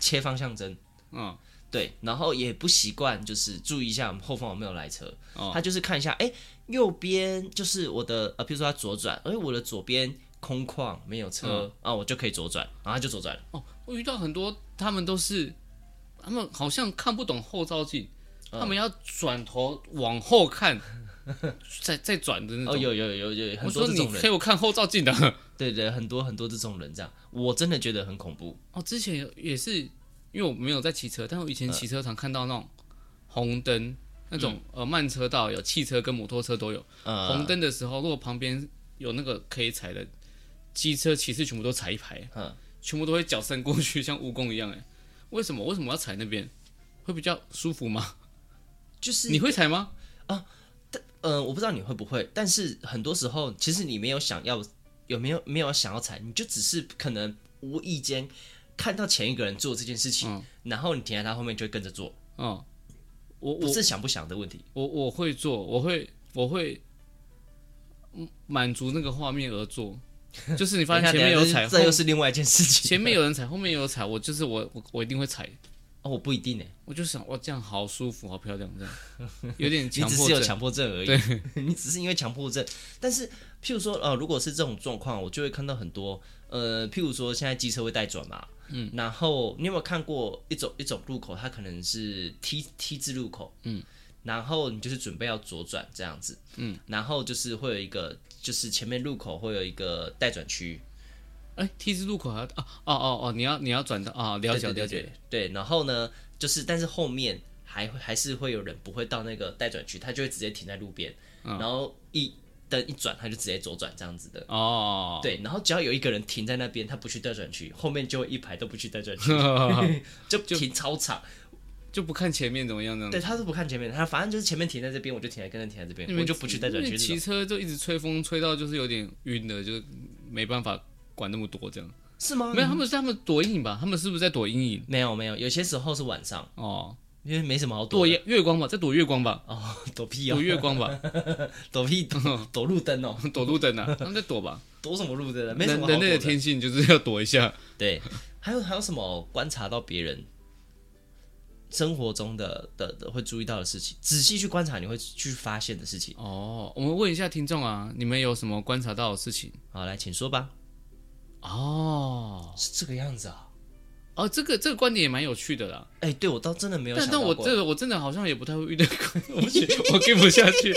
Speaker 2: 切方向针，
Speaker 1: 嗯，
Speaker 2: 对，然后也不习惯，就是注意一下我们后方有没有来车。
Speaker 1: 哦
Speaker 2: 他就是看一下，哎，右边就是我的，呃，譬如说他左转，哎，我的左边空旷没有车、啊，我就可以左转，然后他就左转了。
Speaker 1: 哦，我遇到很多，他们都是，他们好像看不懂后照镜，
Speaker 2: 嗯
Speaker 1: 他们要转头往后 看，再再转的那
Speaker 2: 哦，
Speaker 1: 种。
Speaker 2: 有有有有有
Speaker 1: 我
Speaker 2: 很多
Speaker 1: 说
Speaker 2: 这
Speaker 1: 你
Speaker 2: 种人，
Speaker 1: 陪我看后照镜的。
Speaker 2: 对对，很多很多这种人这样，我真的觉得很恐怖。
Speaker 1: 哦，之
Speaker 2: 嗯
Speaker 1: 前有也是，因为我没有在骑车，但我以前骑车常看到那种红灯，那那种、
Speaker 2: 嗯
Speaker 1: 呃慢车道有汽车跟摩托车都有。
Speaker 2: 呃，
Speaker 1: 红灯的时候，如果旁边有那个可以踩的机车骑士，全部都踩一排，
Speaker 2: 嗯
Speaker 1: 全部都会脚伸过去，像蜈蚣一样。哎，为什么？为什么要踩那边？会比较舒服吗？
Speaker 2: 就是
Speaker 1: 你会踩吗？
Speaker 2: 呃，我不知道你会不会，但是很多时候其实你没有想要，有没有没有想要踩，你就只是可能无意间看到前一个人做这件事情，然后你停在他后面就会跟着做，
Speaker 1: 嗯，我
Speaker 2: 不
Speaker 1: 我
Speaker 2: 是想不想的问题。
Speaker 1: 我我会做，我会我会嗯满足那个画面而做，就是你发现
Speaker 2: 等
Speaker 1: 前
Speaker 2: 一下
Speaker 1: 面有
Speaker 2: 等一下
Speaker 1: 踩，
Speaker 2: 这这又
Speaker 1: 后
Speaker 2: 是另外一件事情。
Speaker 1: 前面有人踩，后面有踩，我就是我我我一定会踩。
Speaker 2: 哦，我不一定哎，
Speaker 1: 我就想，哇，这样好舒服，好漂亮，这样有点
Speaker 2: 你
Speaker 1: 强
Speaker 2: 只
Speaker 1: 迫
Speaker 2: 是有
Speaker 1: 症。
Speaker 2: 强迫症而已， 你只是因为强迫症。但是，譬如说，呃，如果是这种状况，我就会看到很多，呃，譬如说现在机车会带转嘛，嗯，然后你有没有看过一种一种路口，它可能是 T T 字路口，嗯，然后你就是准备要左转这样子，嗯，然后就是会有一个，就是前面路口会有一个待转区，
Speaker 1: 哎，T 字路口还要啊哦哦哦，你要你要转到啊，了解
Speaker 2: 对
Speaker 1: 了
Speaker 2: 对对
Speaker 1: 解，
Speaker 2: 对，然后呢，就是但是后面还会还是会有人不会到那个待转区，他就会直接停在路边，
Speaker 1: 嗯
Speaker 2: 然后一灯一转，他就直接左转这样子的。
Speaker 1: 哦，
Speaker 2: 对，然后只要有一个人停在那边，他不去待转区，后面就会一排都不去 待转区，就停超长。
Speaker 1: 嗯就不看前面怎么样这样。
Speaker 2: 对，他都不看前面，他反正就是前面停在这边，我就停在跟着停在这边，我就不去待转
Speaker 1: 因
Speaker 2: 区
Speaker 1: 为
Speaker 2: 这种。
Speaker 1: 骑车就一直吹风，吹到就是有点晕了，就是没办法管那么多这样。
Speaker 2: 是吗？嗯
Speaker 1: 没有，他们是他们躲阴影吧？他们是不是在躲阴影？
Speaker 2: 没有没有，有些时候是晚上，
Speaker 1: 哦，
Speaker 2: 因为没什么好躲
Speaker 1: 躲
Speaker 2: 的。
Speaker 1: 月月光吧，在躲月光吧，
Speaker 2: 哦，躲屁哦
Speaker 1: 躲，月光吧，
Speaker 2: 躲屁躲躲路灯哦，
Speaker 1: 躲路灯啊，他们在躲吧。
Speaker 2: 躲什么路灯啊？没什
Speaker 1: 人
Speaker 2: 么好
Speaker 1: 人
Speaker 2: 躲
Speaker 1: 类的天性就是要躲一下。
Speaker 2: 对， 还有还有什么观察到别人生活中的的的会注意到的事情，仔细去观察，你会去发现的事情。
Speaker 1: 哦，我们问一下听众啊，你们有什么观察到的事情？
Speaker 2: 好，来，请说吧。
Speaker 1: 哦，
Speaker 2: 是这个样子啊？
Speaker 1: 哦，这个这个观点也蛮有趣的啦。
Speaker 2: 哎、对我倒真的没有
Speaker 1: 但
Speaker 2: 想
Speaker 1: 但
Speaker 2: 到
Speaker 1: 我
Speaker 2: 过。
Speaker 1: 这个我真的好像也不太会遇到， 我不行，我跟不下去，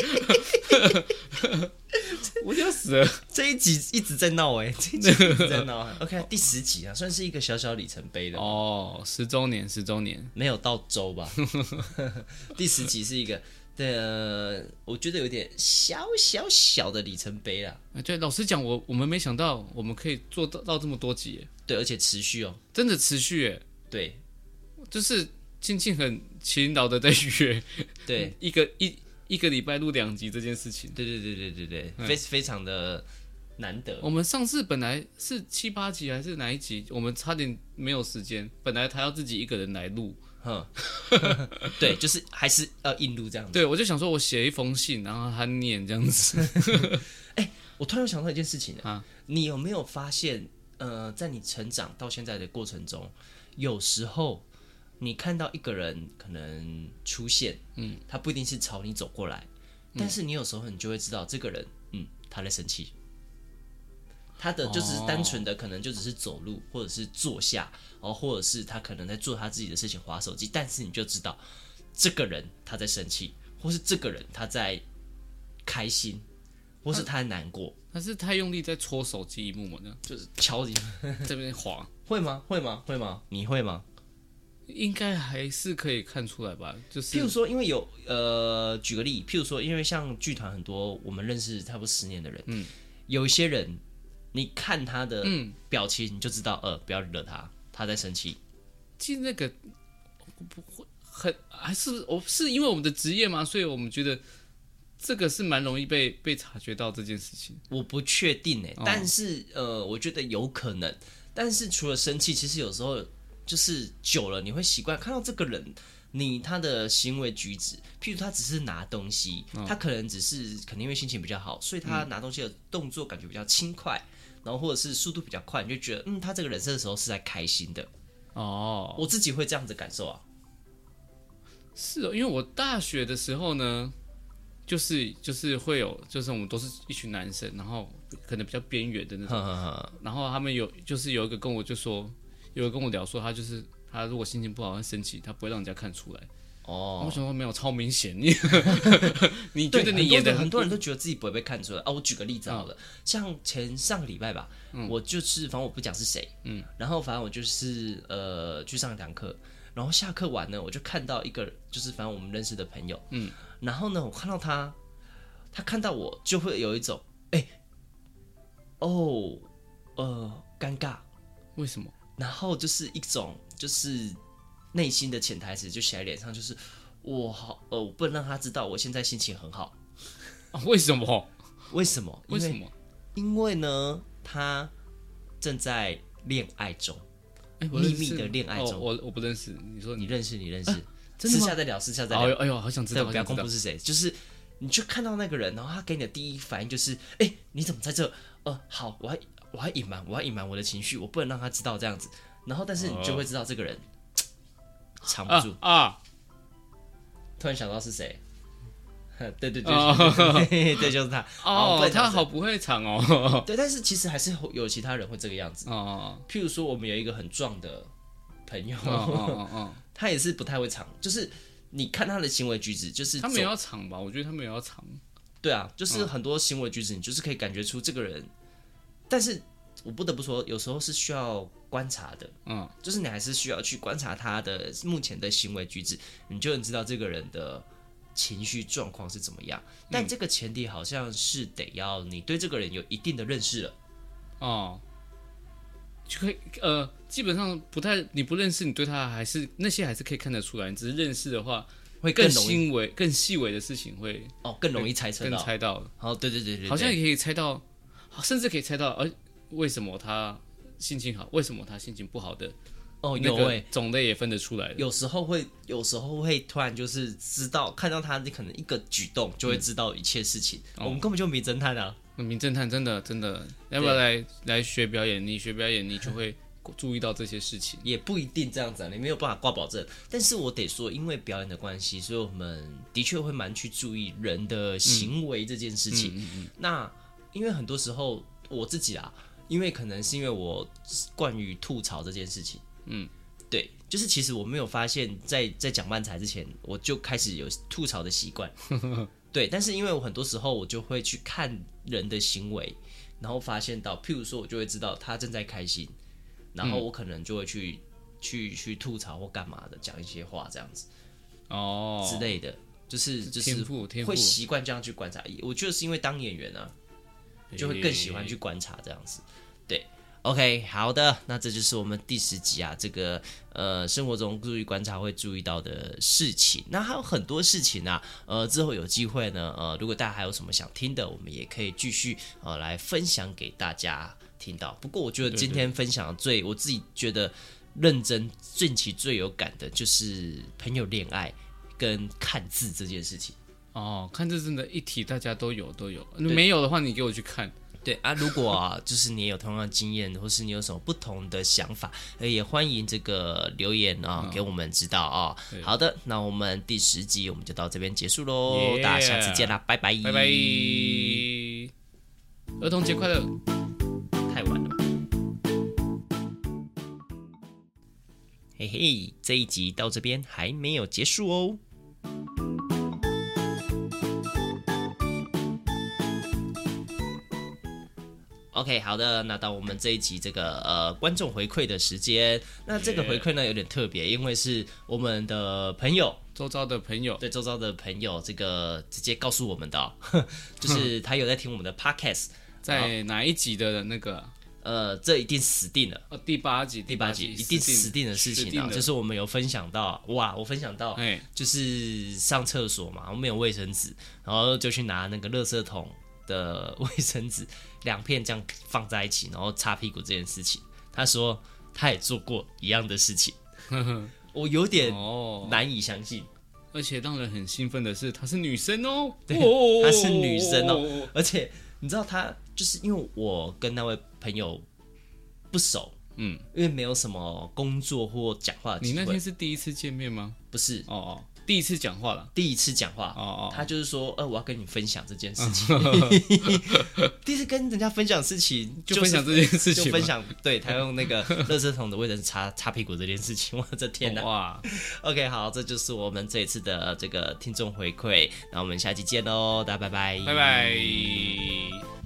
Speaker 1: 我要死了。
Speaker 2: 这一集一直在闹哎、 这一集一直在闹、啊。OK，第十集啊，算是一个小小里程碑了。
Speaker 1: 哦，十周年，十周年，
Speaker 2: 没有到周吧？ 第十集是一个，对、呃，我觉得有点小小小的里程碑啦。
Speaker 1: 哎对，老实讲，我我们没想到我们可以做到到这么多集耶，
Speaker 2: 对，而且持续哦。
Speaker 1: 真的持续耶，
Speaker 2: 对
Speaker 1: 就是静静很勤劳的在约
Speaker 2: 对，
Speaker 1: 一个一一个礼拜录两集这件事情。
Speaker 2: 对对对对对对，非非常的难得。
Speaker 1: 我们上次本来是七八集还是哪一集，我们差点没有时间。本来他要自己一个人来录，
Speaker 2: 哼，对，就是还是要硬录这样子。
Speaker 1: 对我就想说，我写一封信，然后他念这样子。
Speaker 2: 我突然想到一件事情
Speaker 1: 啊
Speaker 2: 啊，你有没有发现，呃，在你成长到现在的过程中，有时候你看到一个人可能出现，嗯，他不一定是朝你走过来，但是你有时候你就会知道这个人，嗯，他在生气。他的就只是单纯的，可能就只是走路，或者是坐下，哦，或者是他可能在做他自己的事情，划手机。但是你就知道，这个人他在生气，或是这个人他在开心，或是他在难过。
Speaker 1: 他是太用力在戳手机一幕嘛，这样
Speaker 2: 就是敲你，
Speaker 1: 这边滑，
Speaker 2: 会吗？会吗？会吗？你会吗？
Speaker 1: 应该还是可以看出来吧？就
Speaker 2: 譬
Speaker 1: 是
Speaker 2: 如说，因为有呃，举个例，譬如说，因为像剧团很多我们认识差不多十年的人，嗯，有一些人，你看他的表情，你就知道，呃，不要惹他，他在生气。
Speaker 1: 其实那个我不会很还是我是因为我们的职业嘛，所以我们觉得这个是蛮容易被被察觉到这件事情。
Speaker 2: 我不确定哎、但是呃，我觉得有可能。但是除了生气，其实有时候就是久了，你会习惯看到这个人，你他的行为举止，譬如他只是拿东西，他可能只是可能因为心情比较好，所以他拿东西的动作感觉比较轻快，然后或者是速度比较快，你就觉得嗯，他这个人这个时候是在开心的。
Speaker 1: 哦，
Speaker 2: 我自己会这样子感受啊。
Speaker 1: 是哦，因为我大学的时候呢，就是就是会有，就是我们都是一群男生，然后可能比较边缘的那种，
Speaker 2: 呵呵呵
Speaker 1: 然后他们有就是有一个跟我就说，有一个跟我聊说，他就是他如果心情不好，他生气，他不会让人家看出来。
Speaker 2: 哦，
Speaker 1: 我想说没有，超明显，你你觉
Speaker 2: 对，
Speaker 1: 得嗯
Speaker 2: 很
Speaker 1: 你
Speaker 2: 多
Speaker 1: 演的
Speaker 2: 人很多人都觉得自己不会被看出来啊。我举个例子好了，像前上个礼拜吧，
Speaker 1: 嗯
Speaker 2: 我就是反正我不讲是谁，嗯，然后反正我就是呃去上一堂课，然后下课完呢，我就看到一个就是反正我们认识的朋友，嗯，然后呢，我看到他，他看到我就会有一种哎、哦呃尴尬，
Speaker 1: 为什么？
Speaker 2: 然后就是一种就是内心的潜台词就写在脸上，就是我好呃我不能让他知道我现在心情很好，
Speaker 1: 啊，为什么？
Speaker 2: 为什么？因
Speaker 1: 为什
Speaker 2: 为
Speaker 1: 么？
Speaker 2: 因为呢他正在恋爱中，
Speaker 1: 哎我
Speaker 2: 秘
Speaker 1: 认识
Speaker 2: 密的恋爱中
Speaker 1: 哦我我不认识。你说
Speaker 2: 你
Speaker 1: 你，
Speaker 2: 认识你认识，
Speaker 1: 啊真的
Speaker 2: 私
Speaker 1: 吗
Speaker 2: 下再聊，私下再聊
Speaker 1: 哎。呦哎呦，好想知
Speaker 2: 对，
Speaker 1: 道，
Speaker 2: 我不要
Speaker 1: 好想
Speaker 2: 公
Speaker 1: 知道
Speaker 2: 布是谁，就是你去看到那个人，然后他给你的第一反应就是，哎、你怎么在这？呃，好，我还我还隐瞒，我还隐瞒我的情绪，我不能让他知道这样子。然后，但
Speaker 1: 哦
Speaker 2: 是你就会知道这个人、藏不住。
Speaker 1: 啊啊！
Speaker 2: 突然想到是谁？ 呵对对对，
Speaker 1: 哦
Speaker 2: 对对，就是他。好不
Speaker 1: 哦
Speaker 2: 能，讲
Speaker 1: 他
Speaker 2: 是
Speaker 1: 好不会藏哦。
Speaker 2: 对，但是其实还是会有其他人会这个样子。
Speaker 1: 哦
Speaker 2: 譬如说，我们有一个很壮的朋友，
Speaker 1: 哦哦哦，
Speaker 2: 他也是不太会藏，就是你看他的行为举止，就是
Speaker 1: 他嗯
Speaker 2: 走
Speaker 1: 们也要藏吧？我觉得他们也要藏。
Speaker 2: 对啊，就是很多行为举止，你就是可以感觉出这个人。但是我不得不说，有时候是需要观察的，
Speaker 1: 嗯，
Speaker 2: 就是你还是需要去观察他的目前的行为举止，你就能知道这个人的情绪状况是怎么样。
Speaker 1: 嗯
Speaker 2: 但这个前提好像是得要你对这个人有一定的认识了。
Speaker 1: 哦，就可以呃，基本上不太你不认识，你对他还是那些还是可以看得出来。你只是认识的话，
Speaker 2: 会更
Speaker 1: 更
Speaker 2: 容易
Speaker 1: 细微、更细微的事情会
Speaker 2: 哦，更容易猜测
Speaker 1: 更
Speaker 2: 到。
Speaker 1: 猜到。
Speaker 2: 哦，对对对对对，
Speaker 1: 好像也可以猜到，甚至可以猜到，呃，为什么他心情好，为什么他心情不好的
Speaker 2: 哦
Speaker 1: 那
Speaker 2: 有
Speaker 1: 个
Speaker 2: 诶，
Speaker 1: 种类也分得出来的。
Speaker 2: 有时候会有时候会突然就是知道看到他，你可能一个举动就会知道一切事情。我们根本就没侦探啊。
Speaker 1: 那名侦探真的真的，要不要来来学表演？你学表演，你就会注意到这些事情。
Speaker 2: 也不一定这样子啊，你没有办法挂保证。但是我得说，因为表演的关系，所以我们的确会蛮去注意人的行为这件事情。那因为很多时候我自己啊，因为可能是因为我惯于吐槽这件事情，嗯，对，就是其实我没有发现在，在讲漫才之前，我就开始有吐槽的习惯。对，但是因为我很多时候我就会去看人的行为，然后发现到，譬如说，我就会知道他正在开心，然
Speaker 1: 嗯
Speaker 2: 后我可能就会去、去去吐槽或干嘛的，讲一些话这样子
Speaker 1: 哦，
Speaker 2: 之类的，就是就是
Speaker 1: 天赋天赋
Speaker 2: 会，习惯这样去观察。我觉得是因为当演员啊，就会更喜欢去观察这样子。对，OK，好的，那这就是我们第十集啊，这个呃生活中注意观察会注意到的事情。那还有很多事情啊，呃，之后有机会呢，呃，如果大家还有什么想听的，我们也可以继续呃来分享给大家听到。不过我觉得今天分享最我自己觉得认真近期最有感的就是朋友恋爱跟看字这件事情。
Speaker 1: 哦。看这真的一题，大家都有都有，没有的话你给我去看。
Speaker 2: 对啊，如果啊，就是你也有同样的经验，或是你有什么不同的想法，呃也欢迎这个留言啊、
Speaker 1: 嗯
Speaker 2: 给我们知道啊、好的，那我们第十集我们就到这边结束喽
Speaker 1: Yeah
Speaker 2: 大家下次见啦，拜拜，
Speaker 1: 拜拜，儿童节快乐。
Speaker 2: 太晚了吧。嘿嘿，这一集到这边还没有结束哦。OK，好的，那到我们这一集这个呃观众回馈的时间，那这个
Speaker 1: Yeah
Speaker 2: 回馈呢有点特别，因为是我们的朋友
Speaker 1: 周遭的朋友，
Speaker 2: 对周遭的朋友这个直接告诉我们的哦、 就是他有在听我们的 Podcast，
Speaker 1: 在哪一集的那个啊？
Speaker 2: 呃，这一定死定了。
Speaker 1: 哦，第八集，
Speaker 2: 第八集一定死定的事情啊，就是我们有分享到，哇，我分享到
Speaker 1: 哎，
Speaker 2: 就是上厕所嘛，我们有卫生纸，然后就去拿那个垃圾桶的卫生纸两片这样放在一起，然后擦屁股这件事情，他说他也做过一样的 事情，我有点
Speaker 1: 哦，
Speaker 2: 难以相信，
Speaker 1: 而且让人很兴奋的是，她是女生哦，对
Speaker 2: 她是女生哦，而且你知道他就是因为我跟那位朋友不熟，
Speaker 1: 嗯，
Speaker 2: 因为没有什么工作或讲话的
Speaker 1: 你
Speaker 2: 机
Speaker 1: 那
Speaker 2: 会
Speaker 1: 天，是第一次见面吗？
Speaker 2: 不是
Speaker 1: 哦哦，第一次讲话了，
Speaker 2: 第一次讲话，
Speaker 1: 哦哦，
Speaker 2: 他就是说，呃，我要跟你分享这件事 情。第一次跟人家分享事情，
Speaker 1: 就是分享这件事情
Speaker 2: 就
Speaker 1: 吗
Speaker 2: 分享。对他用那个垃圾桶的卫生纸擦 擦屁股这件事情，我的天哪、
Speaker 1: 哇，
Speaker 2: OK，好，这就是我们这一次的这个听众回馈，那我们下期见喽，大家拜拜，
Speaker 1: 拜拜。